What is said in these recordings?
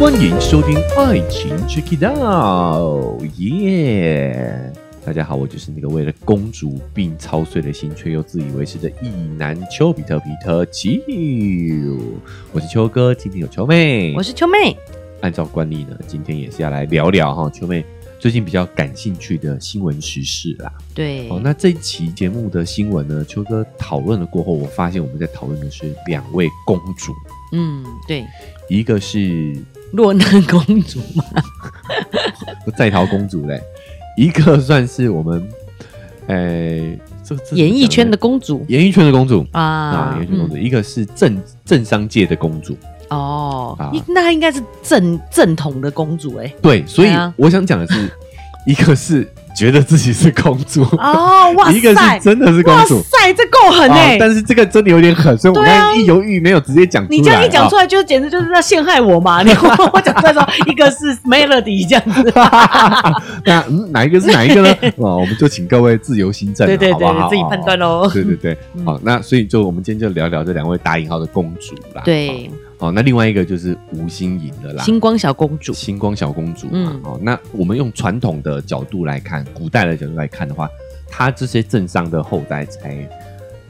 欢迎收听《爱情 Check It Out》，耶！大家好，我就是那个为了公主病操碎了心却又自以为是的意男丘比特皮特丘，我是丘哥，今天有丘妹，我是秋妹。按照惯例呢，今天也是要来聊聊哈，秋妹最近比较感兴趣的新闻时事啦。对，哦，那这一期节目的新闻呢，秋哥讨论了过后，我发现我们在讨论的是两位公主，嗯，对，一个是落难公主 嘛，在逃公主嘞，一个算是我们，诶、这这演艺圈的公主演艺圈的公主啊，啊，演艺圈公主，嗯一个是政政商界的公主。哦，啊应那应该是正正统的公主哎。对，所以对啊我想讲的是，一个是觉得自己是公主，哦，哇 一个塞是，真的是公哇主。塞，这够狠啊哎！但是这个真的有点狠，所以我对啊刚才一犹豫没有直接讲出来。哦你这样一讲啊出来，就简直就是在陷害我嘛！你 我讲出来说，一个是 Melody 这 样子，那嗯，哪一个是哪一 个呢？啊，我们就请各位自由心证，对对好不好对，自己判断。喽。对对对，嗯好，那所以就我们今天就聊聊这两位打引号的公主啦。，对，好，哦那另外一个就是吴心颖的啦，星光小公主，星光小公主嘛嗯。哦，那我们用传统的角度来看，古代的角度来看的话，她这些政商的后代才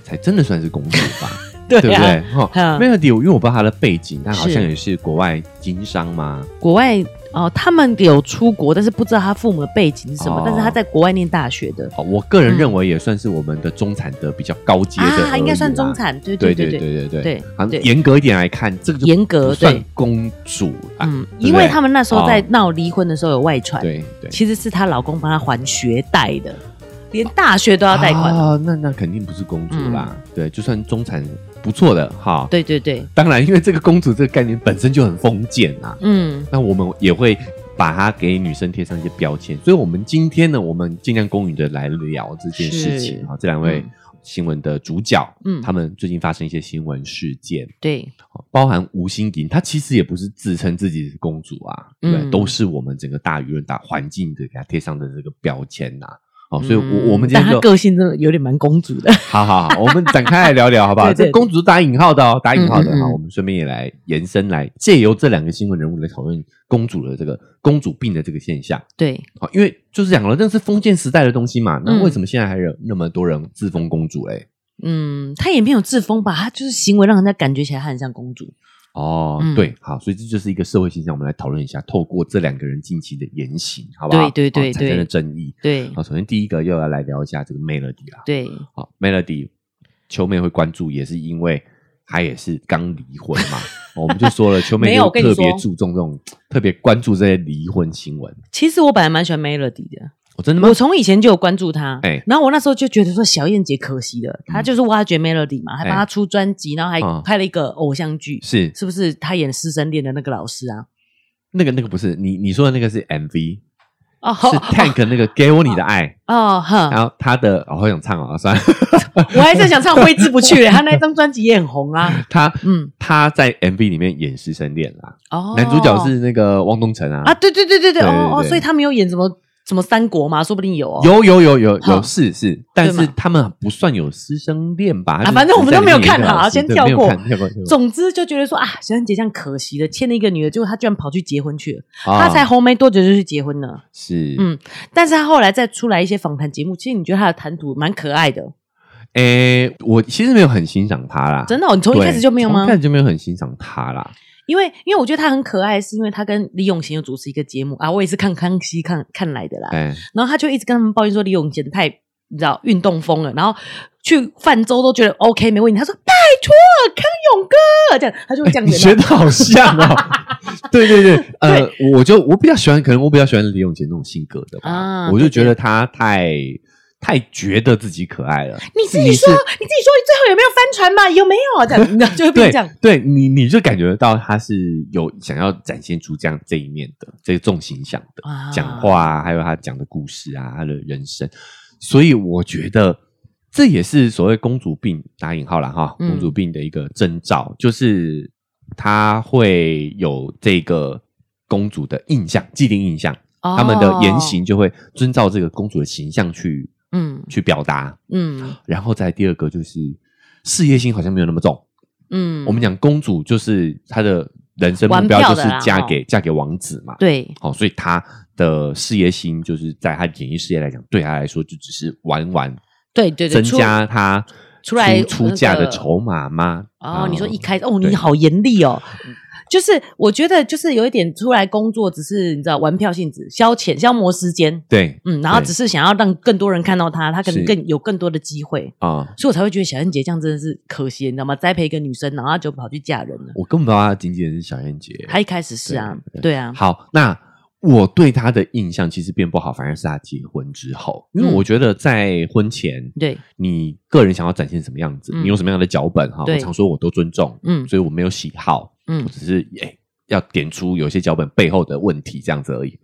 才真的算是公主 吧，对对哦不啊对？哈嗯，Melody，因为我不知道她的背景，她好是像也是国外经商嘛，国外哦，他们有出国，但是不知道他父母的背景是什么哦，但是他在国外念大学的哦，我个人嗯认为也算是我们的中产的比较高阶的而已啦、啊，应该算中产，对对。对对对对对对对好对严格一点来看，这个就严格不算呃对公主啊。嗯，对因为他们那时候在哦闹离婚的时候有外传，对对，其实是她老公帮她还学贷的，连大学都要贷款。嗯啊，那那肯定不是公主啦。对，就算中产不错的哈。，对对对，当然，因为这个公主这个概念本身就很封建啊，嗯，那我们也会。把它给女生贴上一些标签，所以我们今天呢，我们尽量公允的来聊这件事情是啊。这两位嗯新闻的主角，嗯他们最近发生一些新闻事件，对，包含吴心颖，她其实也不是自称自己是公主啊，对不对，嗯都是我们整个大舆论、大环境的给她贴上的这个标签呐、哦，所以我，我嗯们今但天她就个性真的有点蛮公 主的，好好好，我们展开来聊聊，好不好？对对这公主打引号的哦，打引号的嗯嗯嗯哈，好我们顺便也来延伸来，借由这两个新闻人物来讨论公主的这个公主病的这个现象。对，好，因为就是讲了，那是封建时代的东西嘛，那嗯为什么现在还有那么多人自封公主嘞？嗯，她也没有自封吧，她就是行为让人家感觉起来她很像公主。哦，嗯对，好，所以这就是一个社会现象，我们来讨论一下，透过这两个人近期的言行，好不好？对对对哦产生对的争议。对好，首先第一个又要来聊一下这个 Melody 啦。对，好，Melody，秋妹会关注也是因为她也是刚离婚嘛，哦我们就说了，秋妹没有就我跟你特别说注重这种，特别关注这些离婚新闻。其实我本来蛮喜欢 Melody 的，哦，真的吗我？从以前就有关注她，哎嗯然后我那时候就觉得说小燕姐可惜了，她就是挖掘 Melody 嘛，还帮哎她出专辑，然后还嗯拍了一个偶像剧，是是不是？她演师生恋的那个老师啊，那个那个不是你你说的那个是 MV，哦，是啊 Tank 那个给我你的 爱，哦，哼，然后他的我好想唱哦，算了，我还是想唱《挥之 不去》嘞，他那张专辑也很红啊。他嗯，他在 MV 里面演师生恋啦，哦，男主角是那个汪东城啊啊，，对对对对对，对对哦哦，对所以他没有演什么什么三国嘛，说不定有哦。有有有有有好是是，但是对嘛他们不算有师生恋吧？啊，反正我们都没有看好，好，是先对跳没有过看跳过。跳过总之就觉得说啊，小燕姐这样可惜了，欠了一个女的，结果她居然跑去结婚去了。啊她才红没多久就去结婚了，是嗯但是她后来再出来一些访谈节目，其实你觉得她的谈吐蛮可爱的，诶，我其实没有很欣赏他啦，真的哦、你从一对开始就没有从吗一开？始就没有很欣赏他啦。因为因为我觉得她很可爱，是因为她跟李永贤有主持一个节目啊，我也是看康熙看看来的啦。哎，然后他就一直跟他们抱怨说李永贤太你知道运动风了，然后去泛舟都觉得 OK 没问题。他说拜托康永哥这样，他就会这 样你子学的好像 哦。对对对，呃，我就我比较喜欢，可能我比较喜欢李永杰那种性格的吧，啊我就对觉得他太太觉得自己可爱了。你自己是说，你自己说，最后有没有翻船嘛？有没有啊这样，你知道就会 变对这样。对你你就感觉到他是有想要展现出这样这一面的，这种形象的、啊讲话啊，还有他讲的故事啊，他的人生，所以我觉得这也是所谓公主病打引号了哈，嗯公主病的一个征兆，就是他会有这个公主的印象，既定印象，他们的哦言行，就会遵照这个公主的形象去嗯去表达，嗯然后再第二个就是事业心好像没有那么重。嗯，我们讲公主就是她的人生目标就是玩票的啦哦嫁给嫁给王子嘛，对，哦，所以他的事业心就是在他演艺事业来讲，对他来说就只是玩玩，对对对，增出加他出来出那出嫁的个筹码吗？啊哦，你说一开始哦，嗯对嗯你好严厉哦。就是我觉得，就是有一点出来工作，只是你知道玩票性质、消遣、消磨时间，对嗯，然后对只是想要让更多人看到他，他可能是更有更多的机会，啊，所以我才会觉得小燕姐这样真的是可惜，你知道吗？栽培一个女生，然后她就跑去嫁人了。我根本不知道他的经纪人是小燕姐。她一开始是啊，对对啊，好，那我对他的印象其实变不好，反而是他结婚之后，因为嗯我觉得在婚前，对，你个人想要展现什么样子，嗯你有什么样的脚本哈，对我常说我都尊重，嗯所以我没有喜好，嗯只是哎、要点出有些脚本背后的问题这样子而已。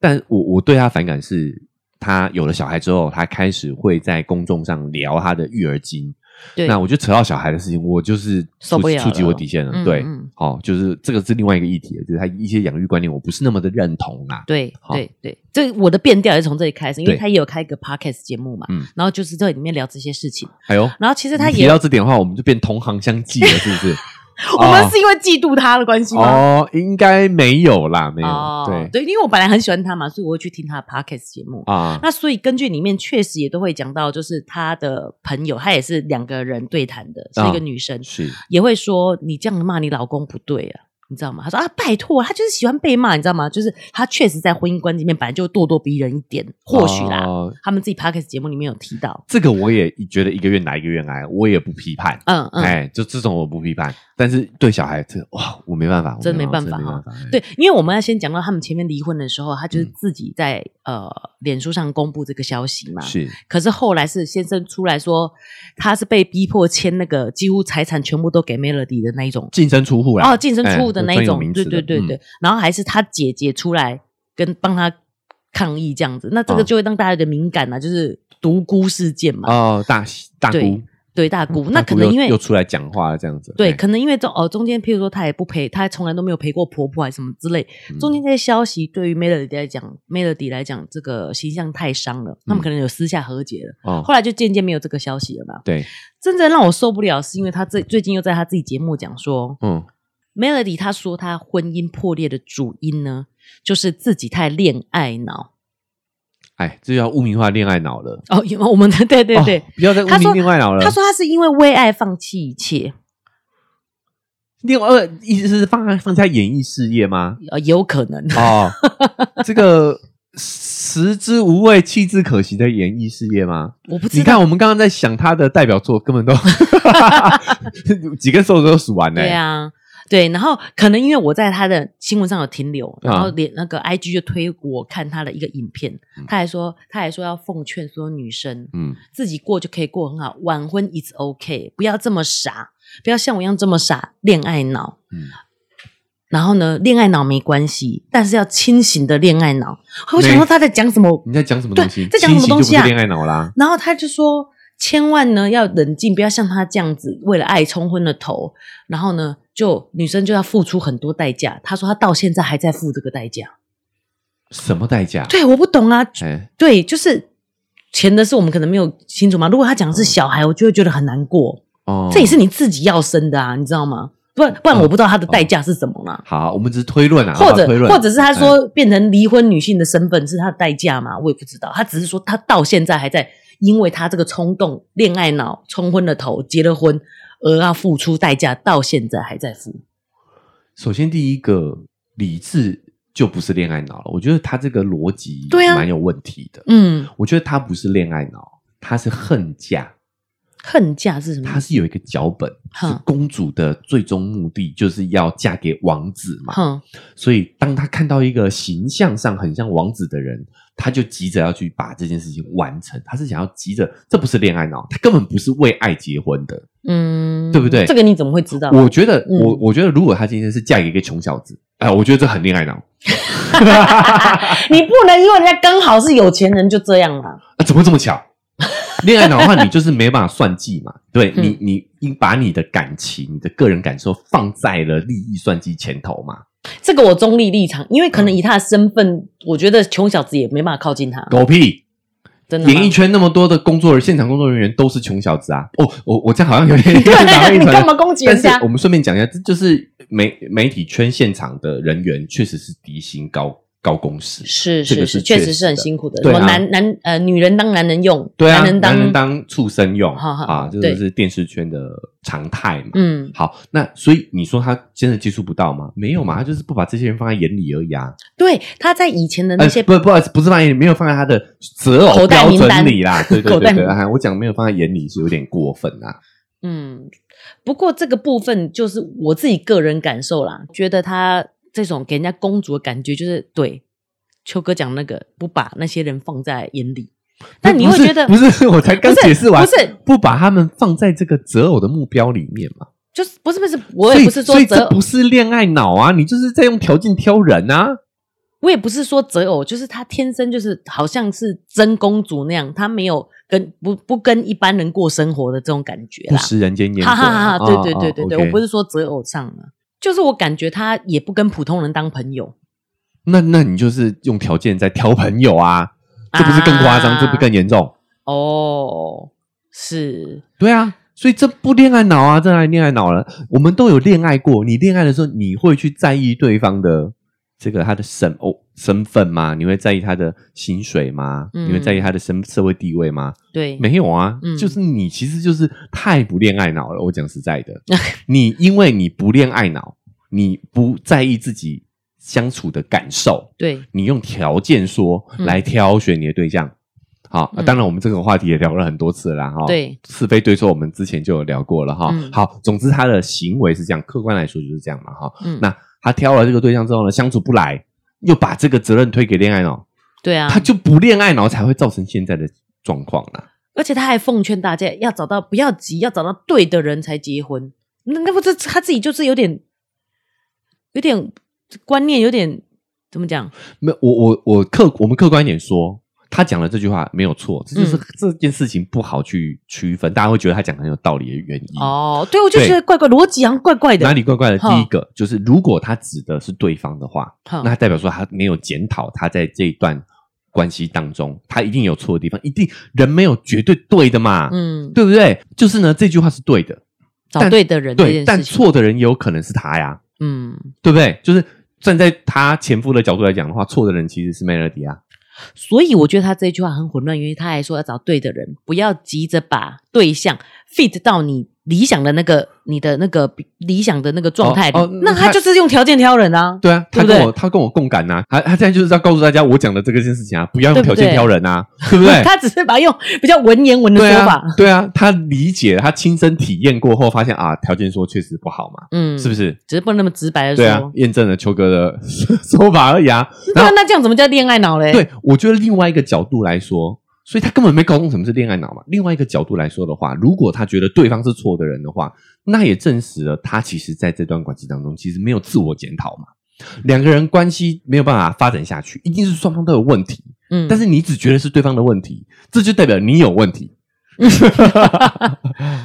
但我我对他反感是，他有了小孩之后，他开始会在公众上聊他的育儿经。对，那我就扯到小孩的事情，我就是受触不了触及了我底线了。嗯对，好、嗯就是这个是另外一个议题了，就是他一些养育观念我不是那么的认同啦、对好对对，这我的变调也是从这里开始，因为对她也有开一个 podcast 节目嘛嗯，然后就是在里面聊这些事情，哎呦，然后其实她你提也到，这点的话，我们就变同行相忌了，是不 是？我们哦是因为嫉妒她的关系吗？哦，应该没有啦，没有，对哦对，因为我本来很喜欢她嘛，所以我会去听她的 podcast 节目。啊，那所以根据里面确实也都会讲到，就是她的朋友，她也是两个人对谈的，是一个啊女生，是也会说你这样骂你老公不对啊，你知道吗？她说啊，拜托，她就是喜欢被骂，你知道吗？就是她确实在婚姻观里面本来就咄咄逼人一点，或许啦，哦他们自己 podcast 节目里面有提到，这个我也觉得一个愿打一个愿挨，我也不批判。嗯嗯。哎，就这种我不批判，但是对小孩这个哇，我没办法，我真没办办法哦真没嗯哈办法。哎对，因为我们要先讲到他们前面离婚的时候，她就是自己在、呃脸书上公布这个消息嘛。是可是后来是先生出来说，他是被逼迫签那个几乎财产全部都给 Melody 的那一种，净身出户啦。哦，净身出户的哎那有专一有种，名对词对的对嗯对。然后还是他姐姐出来跟帮他抗议这样子，那这哦个就会让大家有点敏感啊，就是独孤事件嘛，哦，大大姑对，对大姑，大那可能又因为又出来讲话了这样子，对，哎可能因为中哦中间，譬如说她也不陪，她从来都没有陪过婆婆还是什么之类。嗯中间这些消息对于 Melody 来讲，Melody 来讲，这个形象太伤了，他们嗯可能有私下和解了。哦，后来就渐渐没有这个消息了嘛。对，真正让我受不了，是因为她最最近又在她自己节目讲说嗯， ，Melody 她说她婚姻破裂的主因呢，就是自己太恋爱脑。哎，这叫污名化恋爱脑了。哦，有吗我们的 对对对哦，不要再污他名说恋爱脑了她。说她是因为为爱放弃一切，另外，呃意思是放放下演艺事业吗？呃，有可 能。哦，这个 食之无味，弃之可惜的演艺事业吗？我不知你道。看，我们刚刚在想他的代表作，根 本都几根手指都数完呢、对啊，对，然后可能因为我在他的新闻上有停留，啊然后连那个 IG 就推我看他的一个影片，他还说他还说要奉劝所有女生嗯，自己过就可以过很好，晚婚 is OK，不要这么傻，不要像我一样这么傻，恋爱脑。嗯然后呢，恋爱脑没关系，但是要清醒的恋爱脑。我想说他在讲什么你，在讲什么东西？对在讲什么东西啊清醒就不是恋爱脑啦，然后他就说，千万呢要冷静，不要像他这样子为了爱冲昏了头。然后呢，就女生就要付出很多代价。他说他到现在还在付这个代价。什么代价？对，我不懂啊。哎，对，就是钱的事，我们可能没有清楚嘛。如果他讲的是小孩，我就会觉得很难过。哦，这也是你自己要生的啊，你知道吗？不然不然，我不知道他的代价是什么啦。好，我们只是推论啊，或好不好者推论，哎或者是他说变成离婚女性的身份是他的代价吗？我也不知道，他只是说他到现在还在因为他这个冲动、恋爱脑冲昏了头，结了婚而要付出代价，到现在还在付。首先第一个理智就不是恋爱脑了，我觉得他这个逻辑对啊蛮有问题的。嗯，我觉得他不是恋爱脑，他是恨嫁。恨嫁是什么她？是有一个脚本，是哼公主的最终目的就是要嫁给王子嘛。哼，所以当她看到一个形象上很像王子的人，她就急着要去把这件事情完成。她是想要急着，这不是恋爱脑，她根本不是为爱结婚的。嗯，对不对哦这个你怎么会知道？我觉得，嗯我我觉得，如果她今天是嫁给一个穷小子，哎、我觉得这很恋爱脑。 你不能因为人家刚好是有钱人就这样嘛。啊，怎么这么巧？恋爱脑的话，你就是没办法算计 嘛。对嗯你，你你把你的感情、你的个人感受放在了利益算计前头嘛。这个我中立立场，因为可能以他的身份，我觉得穷小子也没办法靠近他。狗屁！嗯真的吗演艺圈那么多的工作人，现场工作人员都是穷小子啊！哦，我我这样好像有 点 对，你干嘛攻击但人是家我？们顺便讲一下，这就是媒媒体圈现场的人员确实是低薪高高工时，是这个是是是，确确实实是很的辛苦的。对什啊么男男呃，女人当男人用，对啊，男人男当人当畜生用哈哈啊，这对个是电视圈的常态嘛。嗯，好，那所以你说他真的接触不到吗？没有嘛，他就是不把这些人放在眼里而已啊。对，他在以前嗯的那呃，些不不好意思，不是放在眼里，没有放在他的择偶口袋标名准单里 啦。对对口袋对对，名啊我讲没有放在眼里是有点过分啊。嗯，不过这个部分就是我自己个人感受啦，觉得他这种给人家公主的感觉，就是对秋哥讲那个不把那些人放在眼里，但你不会是觉得不是？ 我才刚不是解释完，不是不把他们放在这个择偶的目标里面嘛？就是不是不是，我也不是所说以所以择这偶不，是恋爱脑啊，你就是在用条件挑人啊。我也不是说择偶，就是他天生就是好像是真公主那样，他没有跟不不跟一般人过生活的这种感觉不啦，食人间烟火哈啊。哈哈哈，啊对对对对对，我不。啊，OK 是说择偶上啊，就是我感觉他也不跟普通人当朋友。那那你就是用条件在挑朋友啊，这不是更夸张？啊这不更严重？哦，是，对啊，所以这不恋爱脑啊，这哪里恋爱脑了？我们都有恋爱过，你恋爱的时候，你会去在意对方的这个他的身哦身份吗？你会在意他的薪水吗？嗯你会在意他的身社会地位吗？对，没有啊，嗯就是你其实就是太不恋爱脑了。我讲实在 的，你因为你不恋爱脑，你不在意自己相处的感受，对，你用条件说嗯来挑选你的对象。好、啊嗯当然我们这个话题也聊了很多次了啦哈。对，是非对错我们之前就有聊过了哈。嗯好，总之他的行为是这样，客观来说就是这样嘛哈。嗯，那他挑了这个对象之后呢，相处不来，又把这个责任推给恋爱脑，对啊他，就不恋爱脑才会造成现在的状况啦。而且他还奉劝大家要找到不要急，要找到对的人才结婚。那那不是他自己就是有点，有点观念，有点怎么讲？没有，我我我客我们客观一点说，他讲的这句话没有错，这就是嗯这件事情不好去区分，大家会觉得他讲得很有道理的原因。哦，对，我就对觉得怪怪，逻辑好像怪怪的哪。里怪怪的？哈第一个就是，如果他指的是对方的话，哼那代表说他没有检讨他在这一段关系当中，他一定有错的地方，一定人没有绝对对的嘛，嗯，对不对？就是呢，这句话是对的，找但对的人这对，件但事情，错的人也有可能是他呀，嗯，对不对？就是站在他前夫的角度来讲的话，错的人其实是 Melody 啊，所以我觉得他这句话很混乱，因为他还说要找对的人，不要急着把对象 fit 到你理想的那个你的那个理想的那个状态里。哦哦那他他就是用条件挑人啊。对啊，对他不跟对我他跟我共感呐、啊他他现在就是要告诉大家我讲的这个件事情啊，不要用对不条件对挑人啊，对不对？ 他只是把用比较文言文的对说啊法，，对啊，他理解，他亲身体验过后，发现啊，条件说确实不好嘛，嗯，是不是？是？只是不能那么直白的对啊说，。验证了秋哥的 说法而已啊。然那后，那这样怎么叫恋爱脑嘞？，对我觉得另外一个角度来说，所以他根本没搞懂什么是恋爱脑嘛。另外一个角度来说的话，如果他觉得对方是错的人的话，那也证实了他其实在这段关系当中其实没有自我检讨嘛。两个人关系没有办法发展下去，一定是双方都有问题。嗯，但是你只觉得是对方的问题，这就代表你有问题，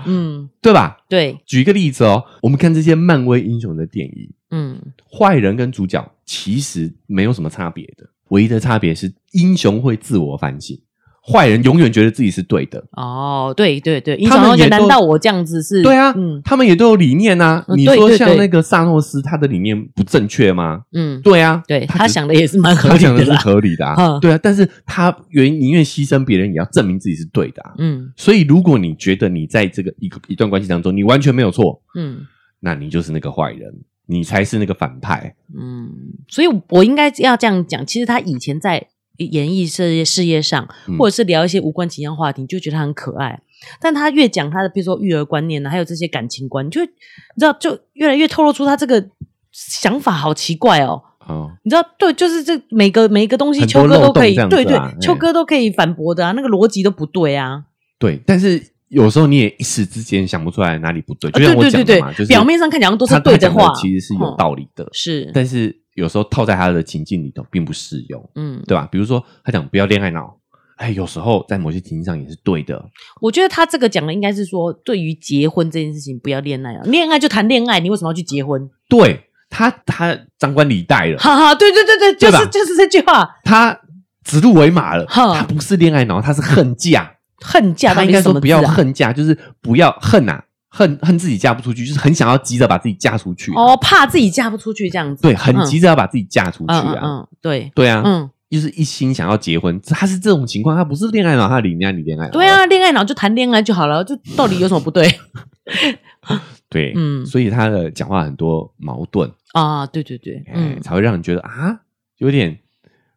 嗯，对吧？对，举一个例子哦，我们看这些漫威英雄的电影，嗯坏人跟主角其实没有什么差别的，唯一的差别是英雄会自我反省，坏人永远觉得自己是对的。哦，对对对，你他想们要也觉得都难道我这样子是？对啊，嗯他们也都有理念啊。嗯你对说对像对那个萨诺斯，他的理念不正确吗？嗯，对啊，对他他只想的也是蛮合他理讲的的是啦。合理的啊，嗯对啊，但是他愿宁愿牺牲别人，也要证明自己是对的啊。嗯所以，如果你觉得你在这个一个一段关系当中，你完全没有错，嗯那你就是那个坏人，你才是那个反派。嗯，所以我应该要这样讲，其实他以前在。演艺事业事业上，嗯或者是聊一些无关紧要话题，你就觉得他很可爱。但他越讲他的，比如说育儿观念啊，还有这些感情观，你就会你知道，就越来越透露出他这个想法好奇怪哦。哦，你知道，对，就是这每个每一个东西，很秋多哥漏都洞可以，这样子啊对对哎，秋哥都可以反驳的啊，那个逻辑都不对啊，对，但是有时候你也一时之间想不出来哪里不对，啊就像我对讲对的对嘛，就是对，表面上看起来好像都是对的话，其实是有嗯道理的，是，但是有时候套在他的情境里头并不适用，嗯，对吧？比如说他讲不要恋爱脑，哎，有时候在某些情境上也是对的，我觉得他这个讲的应该是说，对于结婚这件事情，不要恋爱啊，恋爱就谈恋爱，你为什么要去结婚？对他他张冠李戴了，哈哈，对对对对，就对吧是就是这句话，他指鹿为马了。哼他不是恋爱脑，他是恨嫁。恨嫁到他应底该是什说么不字要啊？恨嫁，就是不要恨啊，恨恨自己嫁不出去，就是很想要急着把自己嫁出去。啊哦，怕自己嫁不出去这样子。对，很嗯急着要把自己嫁出去嗯嗯啊。嗯，对，对啊，嗯，就是一心想要结婚，他是这种情况，他不是恋爱脑，他理人家你恋爱哦脑。对，啊，恋爱脑就谈恋爱就好了，这到底有什么 不对对，嗯所以他的讲话很多矛盾，啊？对对对，嗯嗯，才会让人觉得啊，有点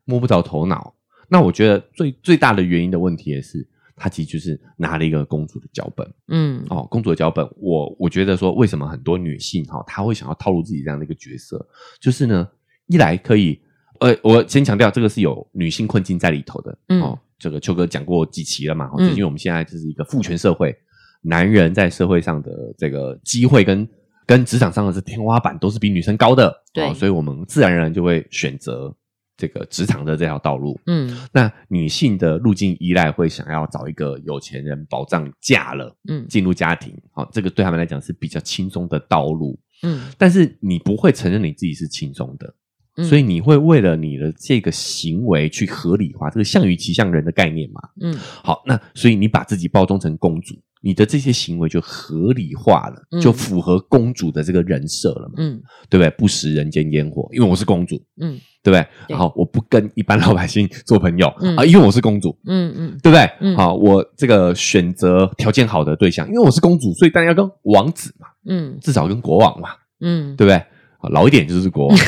摸不着头脑。那我觉得最最大的原因的问题也是，他其实就是拿了一个公主的脚本。嗯哦，公主的脚本，我我觉得说，为什么很多女性哈、她会想要套路自己这样的一个角色，就是呢，一来可以，呃，我先强调这个是有女性困境在里头的，嗯哦，这个秋哥讲过几期了嘛，哦嗯就因为我们现在就是一个父权社会，男人在社会上的这个机会跟跟职场上的是天花板都是比女生高的，对哦，所以我们自然而然就会选择这个职场的这条道路，嗯那女性的路径依赖会想要找一个有钱人保障嫁了。嗯进入家庭，好、这个对他们来讲是比较轻松的道路。嗯但是你不会承认你自己是轻松的，嗯，所以你会为了你的这个行为去合理化这个项羽骑象人的概念嘛？嗯好，那所以你把自己包装成公主，你的这些行为就合理化了，嗯就符合公主的这个人设了嘛？嗯对不对？不食人间烟火，因为我是公主，嗯对不对？对然后我不跟一般老百姓做朋友、嗯啊，因为我是公主，嗯嗯对不对？嗯好，我这个选择条件好的对象，因为我是公主，所以当然要跟王子嘛，嗯至少跟国王嘛，嗯，对不对？好老一点就是国 王，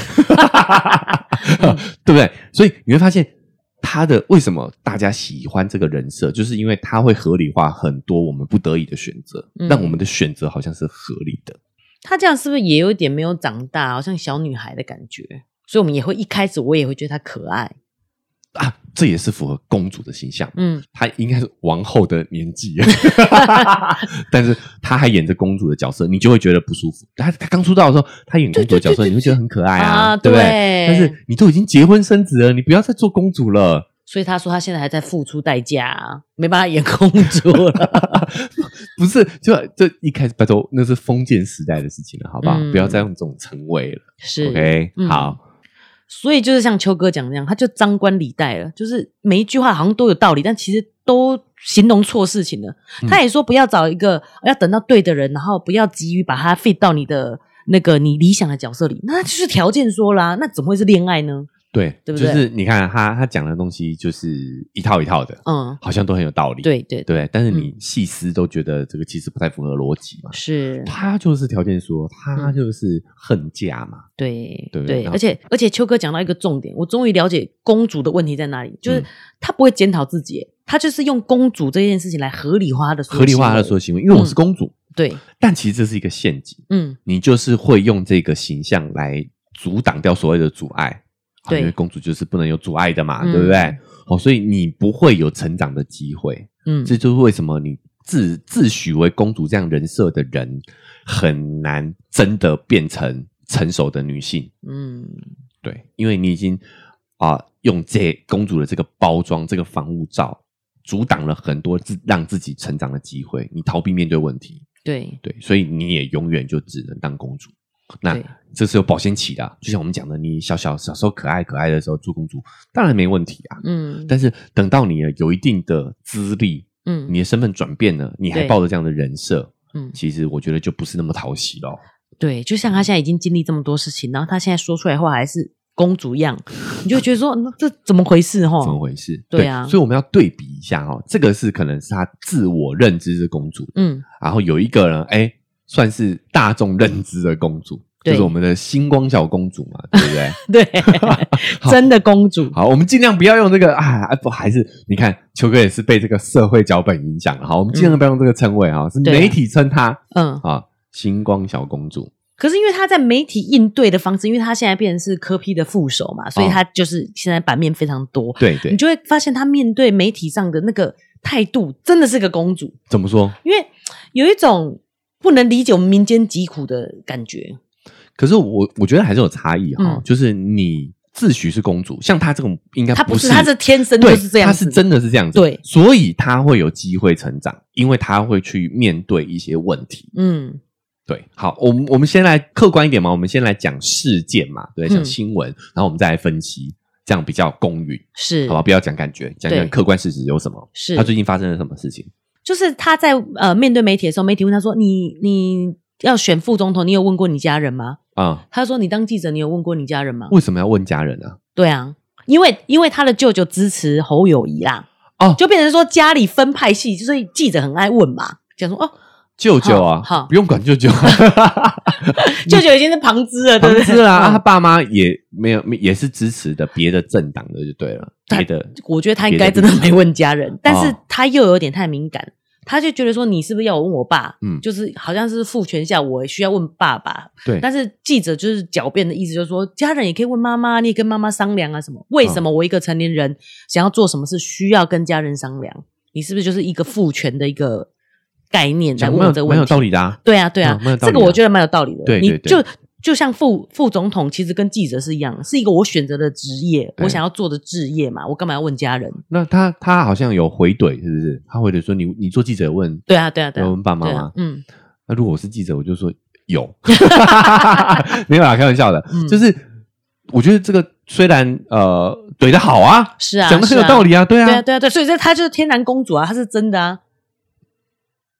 对不对？所以你会发现他的为什么大家喜欢这个人设，就是因为他会合理化很多我们不得已的选择，嗯让我们的选择好像是合理的。她这样是不是也有点没有长大，好像小女孩的感觉？所以我们也会一开始我也会觉得她可爱，啊，这也是符合公主的形象，嗯她应该是王后的年 纪，但是她还演着公主的角色，你就会觉得不舒服。她她刚出道的时候，她演公主的角色，对对对对你会觉得很可爱啊，啊对不对？对但是你都已经结婚生子了，你不要再做公主了。所以她说她现在还在付出代价啊，没办法演公主了， 不是，就这一开始，拜托，那是封建时代的事情了，好不好？嗯不要再用这种称谓了。 是 OK，、嗯好，所以就是像秋哥讲那样，他就张冠李戴了，就是每一句话好像都有道理，但其实都形容错事情了。嗯他也说不要找一个，要等到对的人，然后不要急于把他 fit 到你的那个你理想的角色里，那就是条件说啦，那怎么会是恋爱呢？对，对不就对是你看他他讲的东西，就是一套一套的，嗯，好像都很有道理。对对对，对，但是你细思都觉得这个其实不太符合逻辑嘛。是，嗯他就是条件说，他就是恨嫁嘛。对对然后而且而且秋哥讲到一个重点，我终于了解公主的问题在哪里，就是嗯她不会检讨自己，她就是用公主这件事情来合理化她的所有合理化行他为嗯的所有行为，因为我是公主，对，但其实这是一个陷阱，嗯你就是会用这个形象来阻挡掉所谓的阻碍。啊对因为公主就是不能有阻碍的嘛，嗯对不对？哦，所以你不会有成长的机会，嗯，这就是为什么你自自诩为公主这样人设的人，很难真的变成成熟的女性。嗯。对，因为你已经啊、用这公主的这个包装、这个防护罩，阻挡了很多自让自己成长的机会，你逃避面对问题，对，对，所以你也永远就只能当公主。那对这是有保鲜期的啊、就像我们讲的，你小小小时候可爱可爱的时候做公主，当然没问题啊。嗯，但是等到你有一定的资历，嗯，你的身份转变了，你还对抱着这样的人设，嗯，其实我觉得就不是那么讨喜咯。对，就像他嗯现在已经经历这么多事情，然后他现在说出来话还是公主样，你就会觉得说，那这怎么回事？怎么哈，回事？对啊所以我们要对比一下哦，这个是可能是他自我认知是公主，嗯， 然后有一个呢，哎，算是大众认知的公主，对就是我们的星光小公主嘛，对不对？对， 真的公主，好，我们尽量不要用这个啊，啊不，还是你看秋哥也是被这个社会脚本影响了，好，我们尽量不要用这个称谓啊，是嗯对啊媒体称她嗯，啊，星光小公主，可是因为他在媒体应对的方式，因为他现在变成是科批的副手嘛，所以哦他就是现在版面非常多，对你对，就会发现他面对媒体上的那个态度，真的是个公主，怎么说？因为有一种不能理解我们民间疾苦的感觉，可是我我觉得还是有差异哈、嗯就是你自诩是公主，像她这种应该她不是，是，她是天生就对，是这样他子是的，真的是这样子，对所以他会有机会成长，因为他会去面对一些问题。嗯对，好，我们我们先来客观一点嘛，我们先来讲事件嘛，对，嗯讲新闻，然后我们再来分析。这样比较公允，是好吧？不要讲感觉，讲对讲客观事实有什么？是他，最近发生了什么事情？就是他在呃面对媒体的时候，媒体问他说：“你你要选副总统，你有问过你家人吗啊、？”他说：“你当记者，你有问过你家人吗为什么要问家人啊？？”对啊，因为因为他的舅舅支持侯友谊啦，哦就变成说家里分派系，就是记者很爱问嘛，讲说哦，舅舅啊，好好不用管舅 舅，舅舅已经是旁支了，对不不对？是啊，嗯他爸妈也没有，也是支持的别的政党的就对了，他别的我觉得他应该真的没问家人，但是他又有点太敏感，他就觉得说你是不是要我问我爸？嗯就是好像是父权下我需要问爸爸，对，但是记者就是狡辩的意思，就是说家人也可以问妈妈，你也跟妈妈商量啊什嗯么？为什么我一个成年人想要做什么事需要跟家人商量？你是不是就是一个父权的一个概念来讲问蛮我这个有蛮问有题？道理的啊，对啊，对啊嗯，蛮有道理这啊个我觉得蛮有道理的。对对你对就就像副副总统，其实跟记者是一样，是一个我选择的职业，哎我想要做的职业嘛，我干嘛要问家人？那他他好像有回怼，是不是？他回怼说你你做记者问对啊，对啊，对有啊问，爸妈对吗啊？，嗯，那如果我是记者，我就说 有，没有啦，开玩笑的，嗯就是我觉得这个虽然呃怼的好啊，是啊，讲的很有是啊道。理啊，对对啊，啊，对啊，对，所以这她就是天然公主啊，她是真的啊，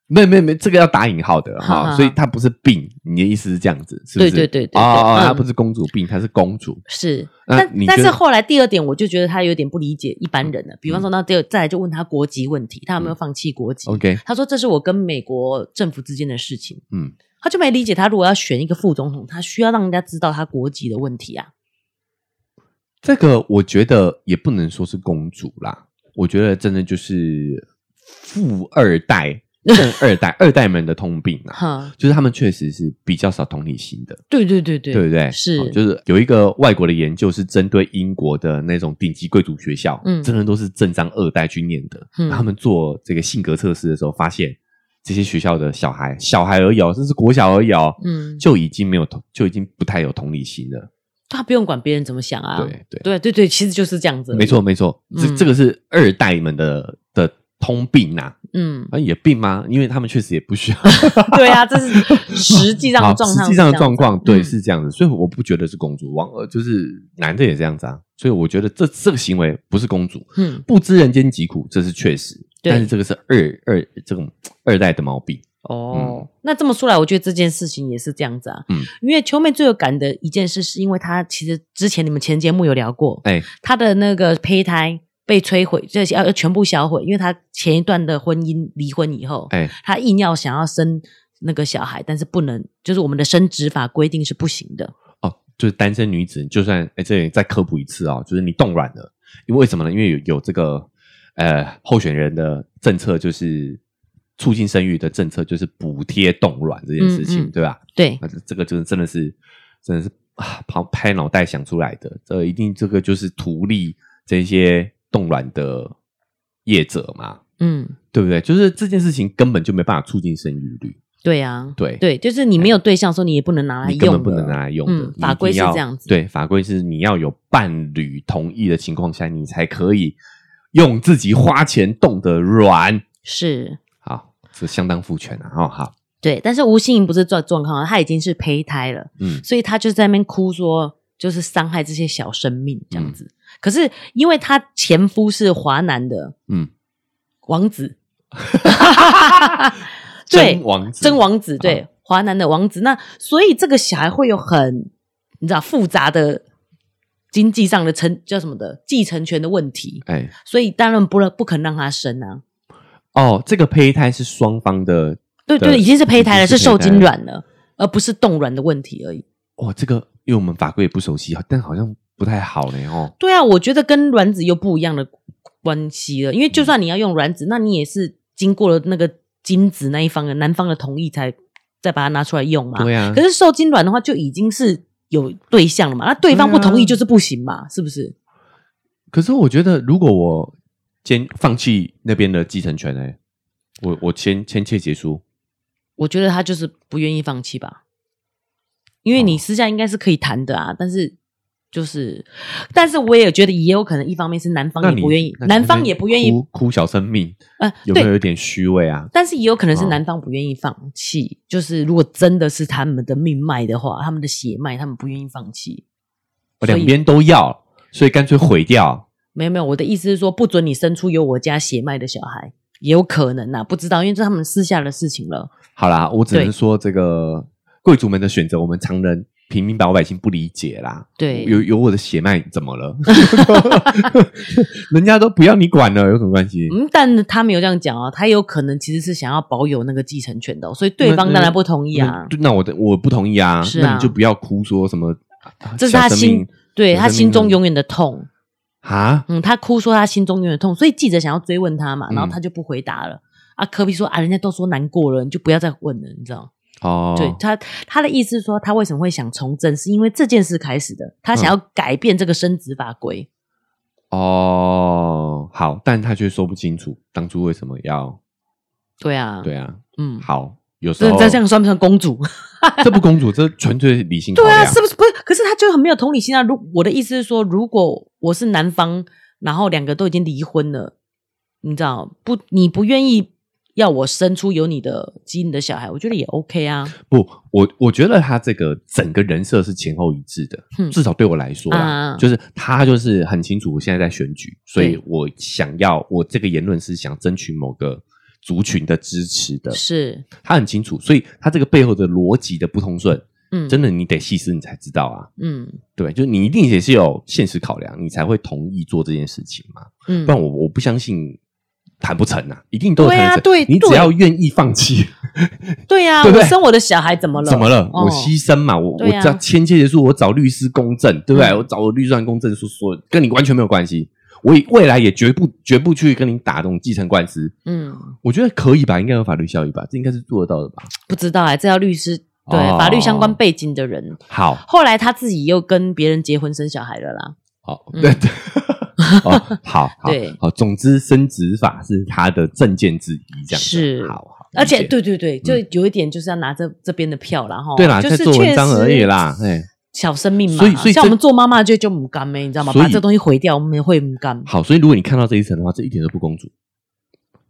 没没没，这个要打引号的好好哈，好所以她不是病，你的意思是这样子，是不是？对对对对对哦哦，嗯她不是公主病，她是公主，是，那但你但觉是得嗯后来第二点，我就觉得他有点不理解一般人了。比方说，那第二再来就问他国籍问题，他有没有放弃国籍？ OK，他说这是我跟美国政府之间的事情。嗯，他就没理解，他如果要选一个副总统，他需要让人家知道他国籍的问题啊。这个我觉得也不能说是公主啦，我觉得真的就是富二代、 正二代、二代们的通病啊，哈，就是他们确实是比较少同理心的。对对对 对，对不对？是哦就是有一个外国的研究是针对英国的那种顶级贵族学校，嗯真的都是正章二代去念的。嗯他们做这个性格测试的时候，发现这些学校的小孩，小孩而已哦，这是国小而已哦，嗯，就已经没有同，就已经不太有同理心了。他不用管别人怎么想啊。对对，对对对，其实就是这样子。没，错没错，这、嗯这个是二代们的的通病呐、啊，嗯，也病吗？因为他们确实也不需 要。对啊，这是实际 上好的状况实是这样子。际上的状况，对，嗯是这样子，所以我不觉得是公主王，呃，就是男的也这样子啊，所以我觉得这这个行为不是公主，嗯，不知人间疾苦，这是确实，对但是这个是二二这种二代的毛病，哦，那这么说来，我觉得这件事情也是这样子啊。嗯嗯，因为秋妹最有感的一件事，是因为她其实之前你们前节目有聊过，哎，她的那个胚胎被摧毁，这些要要全部销毁，因为她前一段的婚姻离婚以后，哎，她硬要想要生那个小孩，但是不能，就是我们的生殖法规定是不行的。哦，就是单身女子，就算哎，这里再科普一次哦，就是你冻卵了，因为为什么呢？因为有有这个呃候选人的政策，就是促进生育的政策，就是补贴冻卵这件事情，嗯嗯对吧？对，那这这个就是真的是真的是啊，拍拍脑袋想出来的，这一定这个就是图利这些冻卵的业者嘛，嗯，对不对？就是这件事情根本就没办法促进生育率，对啊，对对，就是你没有对象的时候，你也不能拿来你用，根本不能拿来用的。嗯你一法规定是要这样子对，法规是你要有伴侣同意的情况下，你才可以用自己花钱冻的卵。是。好，这相当父权啊！哦，好，对，但是吴欣颖不是状状况啊，她已经是胚胎了。嗯，所以他就在那边哭说，就是伤害这些小生命这样嗯子。可是因为她前夫是华南的，嗯嗯，王子，对真，王子，嗯真王子，对，华南的王子。那所以这个小孩会有很你知道复杂的经济上的承叫什么的继承权的问题，哎，所以当然不能不肯让他生啊。哦，这个胚胎是双方的，对对对，已经是胚胎已了，经是是受胚胎了精卵了，而不是冻卵的问题而已。哇，哦这个因为我们法规也不熟悉，但好像不太好呢 哦。对啊，我觉得跟卵子又不一样的关系了，因为就算你要用卵子，那你也是经过了那个精子那一方的男方的同意才再把它拿出来用嘛。对啊可，是受精卵的话，就已经是有对象了嘛，那对方不同对意啊就是不行嘛，是不是？可是我觉得如果我先放弃那边的继承权，哎，我我签签切结书，我觉得他就是不愿意放弃吧，因为你哦私下应该是可以谈的啊，但是。就是，但是我也觉得也有可能，一方面是男方那也你不愿意，那你男在方那也不愿意，哭哭小生命，呃，有对没有有点虚伪啊？但是也有可能是哦男方不愿意放弃，就是如果真的是他们的命脉的话，他们的血脉，他们不愿意放弃。两边都要，所以干脆毁掉。没有没有，我的意思是说，不准你生出有我家血脉的小孩，也有可能呐、不知道，因为这是他们私下的事情了。好啦，我只能对说这个贵族们的选择，我们常人平民老百姓不理解啦。对，有有我的血脉怎么了？ 人家都不要你管了，有什么关系？嗯，但他没有这样讲啊，他有可能其实是想要保有那个继承权的哦、所以对方当然不同意啊嗯。就那我的我不同意啊，是啊那你就不要哭说什么，啊这是他小生心命，对小他生心命中永远的痛。啊，嗯，他哭说他心中永远的痛，所以记者想要追问他嘛，然后嗯他就不回答了。啊，科比说啊，人家都说难过了，你就不要再问了，你知道？哦，对他，他的意思是说，他为什么会想从政，是因为这件事开始的，他嗯想要改变这个生殖法规。哦，好，但他却说不清楚当初为什么要对啊，对啊，嗯，好，哦有时这候这这样算不算 公主？这不公主，这纯粹理性考对啊，量，是不是不是？可是他就很没有同理心啊！如我的意思是说，如果我是男方，然后两个都已经离婚了，你知道不？你不愿意要我生出有你的基因的小孩，我觉得也 OK 啊。不，我我觉得他这个整个人设是前后一致的，嗯至少对我来说啦，啊就是他就是很清楚我现在在选举，所以对我想要我这个言论是想争取某个族群的支持的，是，他很清楚，所以他这个背后的逻辑的不通顺，嗯，真的，的你得细思你才知道啊，嗯对，就你一定也是有现实考量，你才会同意做这件事情嘛，嗯不，然我我不相信。谈不成啊，一定都有对啊谈得成对你只对要愿意放弃，对呀、啊，对不对我生我的小孩怎么了？怎么了？哦我牺牲嘛，我我对啊只要签切结束，我找律师公证，对不对？嗯我找我律师公证说说，跟你完全没有关系。我以未来也绝不绝不去跟你打这种继承官司，嗯，我觉得可以吧，应该有法律效益吧，这应该是做得到的吧。不知道哎、这要律师对、哦法律相关背景的人。好，后来他自己又跟别人结婚生小孩了啦。好，嗯对、对， 哦，好好对好，总之，生殖法是他的证件之一，这样子是好好，而且理解嗯对对对，就有一点就是要拿这、这边的票啦，哈。对啦，哦就在是做文章确实而已啦，哎，小生命嘛，所以所以像这我们做妈妈就就唔甘咩，欸你知道吗？所以把这东西毁掉，我们也会唔甘。好，所以如果你看到这一层的话，这一点都不公主，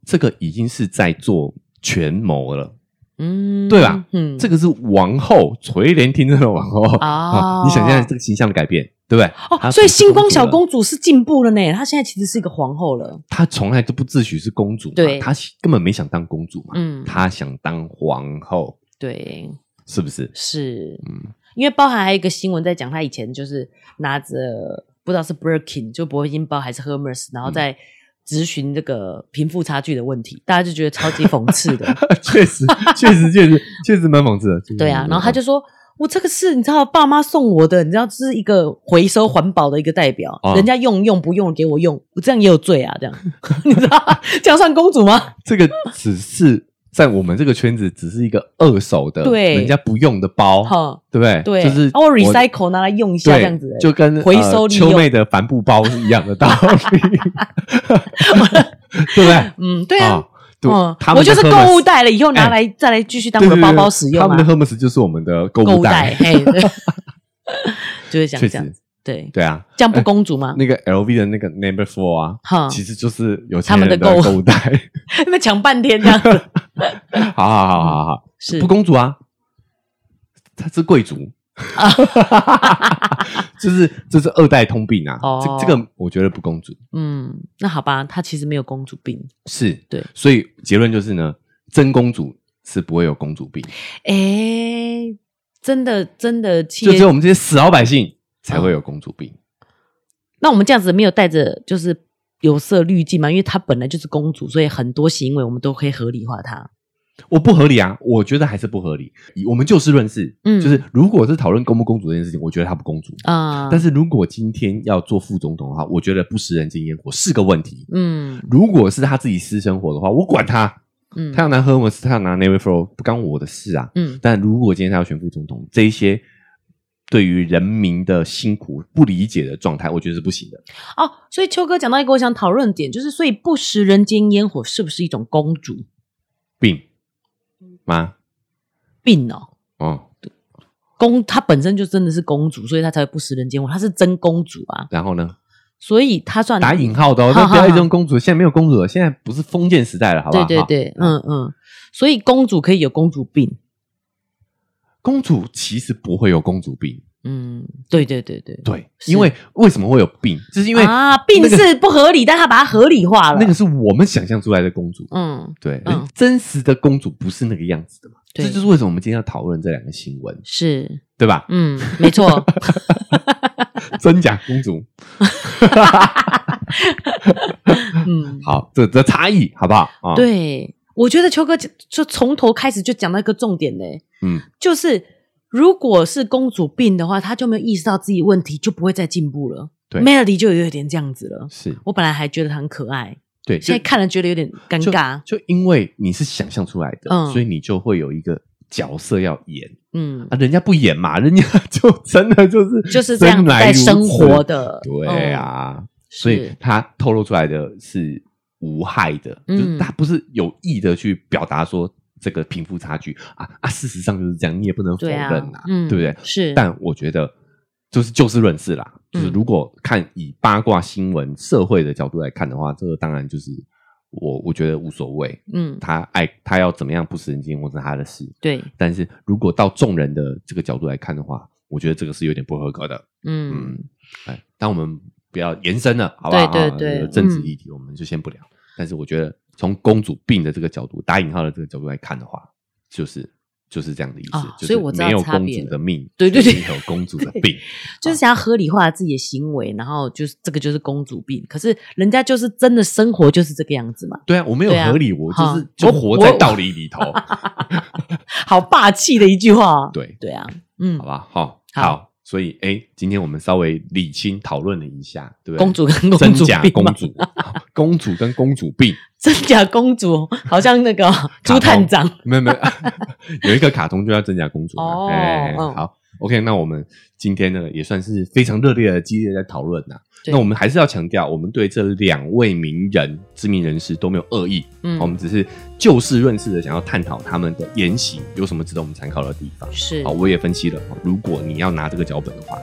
这个已经是在做权谋了。嗯，对啦，嗯，这这个是王后垂帘听政的王后哦你想现在这个形象的改变，对不对？她哦，所以星光从小了公主是进步了呢，她现在其实是一个皇后了。她从来都不自诩是公主嘛，对她根本没想当公主嘛，嗯，她想当皇后，对，是不是？是嗯，因为包含还有一个新闻在讲，她以前就是拿着不知道是 Birkin 就铂金包还是 Hermes，然后嗯在咨询这个贫富差距的问题，大家就觉得超级讽 刺的。确实，确实，确实，确实蛮讽刺的。确实对蛮讽，啊刺的然后她就说。我这个是你知道，爸妈送我的，你知道，这是一个回收环保的一个代表，哦人家用用不用给我用，我这样也有罪啊， 这样你知道，这样算公主吗？这个只是在我们这个圈子，只是一个二手的，对人家不用的包，哈，对不对？对，就是啊我 recycle 拿来用一下对这样子，就跟回呃收利用秋妹的帆布包是一样的道 理， 对不对？嗯，对啊哦，对嗯，他们的我就是 Hermes- 购物袋了，以后拿哎来再来继续当对我的对包对包使用他们啊的，Hermes 就是我们的购购物物袋，袋，嘿，对 就是想确这样实子，，对，对啊，这样不公主吗？那个 LV 的那个 Number Four 啊。哈，其实就是有嗯他钱们人的的购物购物袋， 那抢半天这样子好好好好好，是不公主啊，她是贵 族，就是这是二代通病啊，哦这这个我觉得不公主嗯，那好吧，她其实没有公主病。是对，所以结论就是呢，真公主是不会有公主病，哎，真的真的，企就只有业我们这些死老百姓才会有公主哦病。那我们这样子没有带着就是有色滤镜嘛？因为她本来就是公主，所以很多行为我们都可以合理化她。我不合理啊，我觉得还是不合理。以我们就事论事，嗯就是如果是讨论公不公主这件事情，我觉得她不公主。啊，但是如果今天要做副总统的话，我觉得不食人间烟火是个问题。嗯如果是他自己私生活的话，我管他，嗯，他要拿 Hermes，他要拿 n a v y f l o w 不干我的事啊。嗯但如果今天他要选副总统，这一些对于人民的辛苦不理解的状态，我觉得是不行的。哦，所以秋哥讲到一个我想讨论的点，就是所以不食人间烟火是不是一种公主病吗？病哦？哦，公她本身就真的是公主，所以她才会不食人间火，她是真公主啊，然后呢？所以她算打引号的哦，好那不要好一直用公主，现在没有公主了，现在不是封建时代了，好不对好？对对，嗯嗯，所以公主可以有公主病公主其实不会有公主病，嗯，对对对对，对，因为为什么会有病，就是因为啊，病那个是不合理，但他把它合理化了。那个是我们想象出来的公主，嗯，对，嗯真实的公主不是那个样子的嘛。对这就是为什么我们今天要讨论这两个新闻，是，对吧？嗯，没错，真假公主，嗯，好，这这差异好不好？啊，，对，我觉得秋哥就就从头开始就讲到一个重点呢、嗯，就是如果是公主病的话，她就没有意识到自己问题，就不会再进步了。对 Melody 就有点这样子了。是我本来还觉得她很可爱，对，就现在看了觉得有点尴尬。就就因为你是想象出来的，嗯所以你就会有一个角色要演嗯，啊，人家不演嘛， 人家就真的就是 就是这样子生来在如此生活，的。对嗯，啊，所以是他透露出来的是无害的，嗯就是他不是有意的去表达说这个贫富差距啊啊，事实上就是这样，你也不能否对认啊啊，嗯对不对？是但我觉得就是就事论事啦，就是嗯如果看以八卦新闻、社会的角度来看的话，这个当然就是我我觉得无所谓，嗯，他爱他要怎么样不食人间或是他的事，对，嗯但是如果到众人的这个角度来看的话，我觉得这个是有点不合格的。嗯嗯，，哎，但我们不要延伸了，好不好？对对啊对这个政治嗯议题我们就先不聊。但是我觉得，从公主病的这个角度，打引号的这个角度来看的话，就是就是这样的意思，啊就是所以我知道没有差公别主了的命，对对就对是有公主的对病，就是想要合理化自己的行为，然后就是这个就是公主病。可是人家就是真的生活就是这个样子嘛，对啊，我没有对啊合理，我就哈是就我活我在道理 里头，好霸气的一句话。对，对啊，嗯好，吧，好，好好，所以哎，今天我们稍微理清讨论了一下，对不对？公主跟公真主假病公嘛主， 公主跟公主病，真假公主好像那个卡通朱探长，没有没有， 有一个卡通就叫真假公主嘛。哦哎，嗯好，OK，那我们今天呢也算是非常热烈的、激烈地在讨论呐。对那我们还是要强调，我们对这两位名人、知名人士都没有恶意，嗯我们只是就事论事的想要探讨他们的言行有什么值得我们参考的地方。是好，我也分析了，哦如果你要拿这个脚本的话，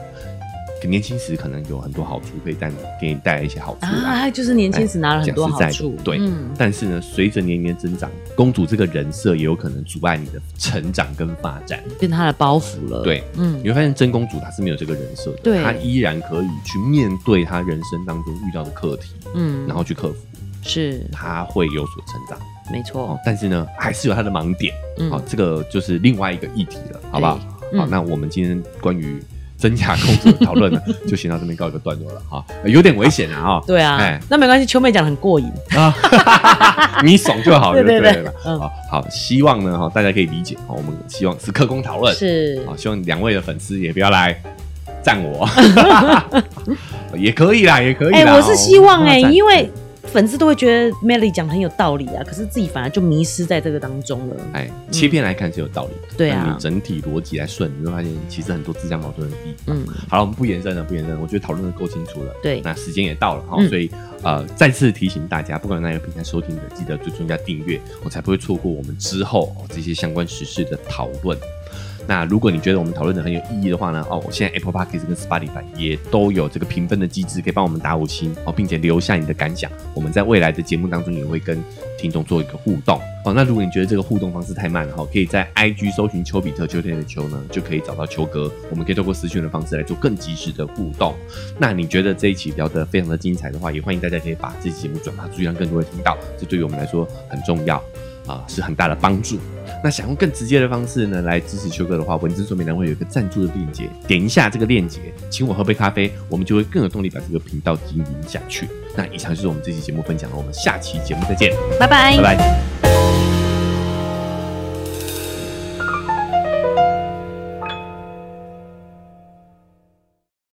年轻时可能有很多好处，可以带你给你带来一些好处啊。哎啊，就是年轻时拿了很多讲实好在的处，对嗯，但是呢，随着年年增长，公主这个人设也有可能阻碍你的成长跟发展。变他的包袱了，对，嗯你，会发现真公主她是没有这个人设的，对她依然可以去面对她人生当中遇到的课题，嗯，然后去克服，是她会有所成长。没哦错，，但是呢，还是有她的盲点。嗯好、这个就是另外一个议题了，好不好？嗯好，那我们今天关于真假公主的讨论呢， 就先到这边告一个段落了哈、呃有点危险啊哈。对啊哎，那没关系，秋妹讲得很过瘾，啊，你爽就好，对对对不对对了。嗯好好，希望呢哈，大家可以理解好，我们希望是客观讨论，是哦好，希望两位的粉丝也不要来赞 我，也可以啦，也可以哎，啦。我是希望哦哎，不要赞因为粉丝都会觉得 Melly 讲得很有道理啊，可是自己反而就迷失在这个当中了，哎，切片来看是有道理的，对啊但你整体逻辑来顺，你会发现其实很多自相矛盾的地方。嗯，好了，我们不延伸了，不延伸了，我觉得讨论的够清楚了。对，那时间也到了哈，嗯所以呃，再次提醒大家，不管哪一个平台收听的，记得最重要订阅，我才不会错过我们之后、哦、这些相关时事的讨论。那如果你觉得我们讨论的很有意义的话呢，哦，我现在 Apple Podcast 跟 Spotify 也都有这个评分的机制，可以帮我们打五星哦，并且留下你的感想。我们在未来的节目当中也会跟听众做一个互动哦。那如果你觉得这个互动方式太慢了哈，可以在 IG 搜寻丘比特秋天的秋呢，就可以找到秋哥。我们可以透过私讯的方式来做更及时的互动。那你觉得这一期聊得非常的精彩的话，也欢迎大家可以把这期节目转发出去，让更多人听到，这对于我们来说很重要啊、是很大的帮助。那想用更直接的方式呢来支持秋哥的话，文字说明栏会有一个赞助的链接，点一下这个链接，请我喝杯咖啡，我们就会更有动力把这个频道经营下去。那以上就是我们这期节目分享了，我们下期节目再见，拜拜拜。拜。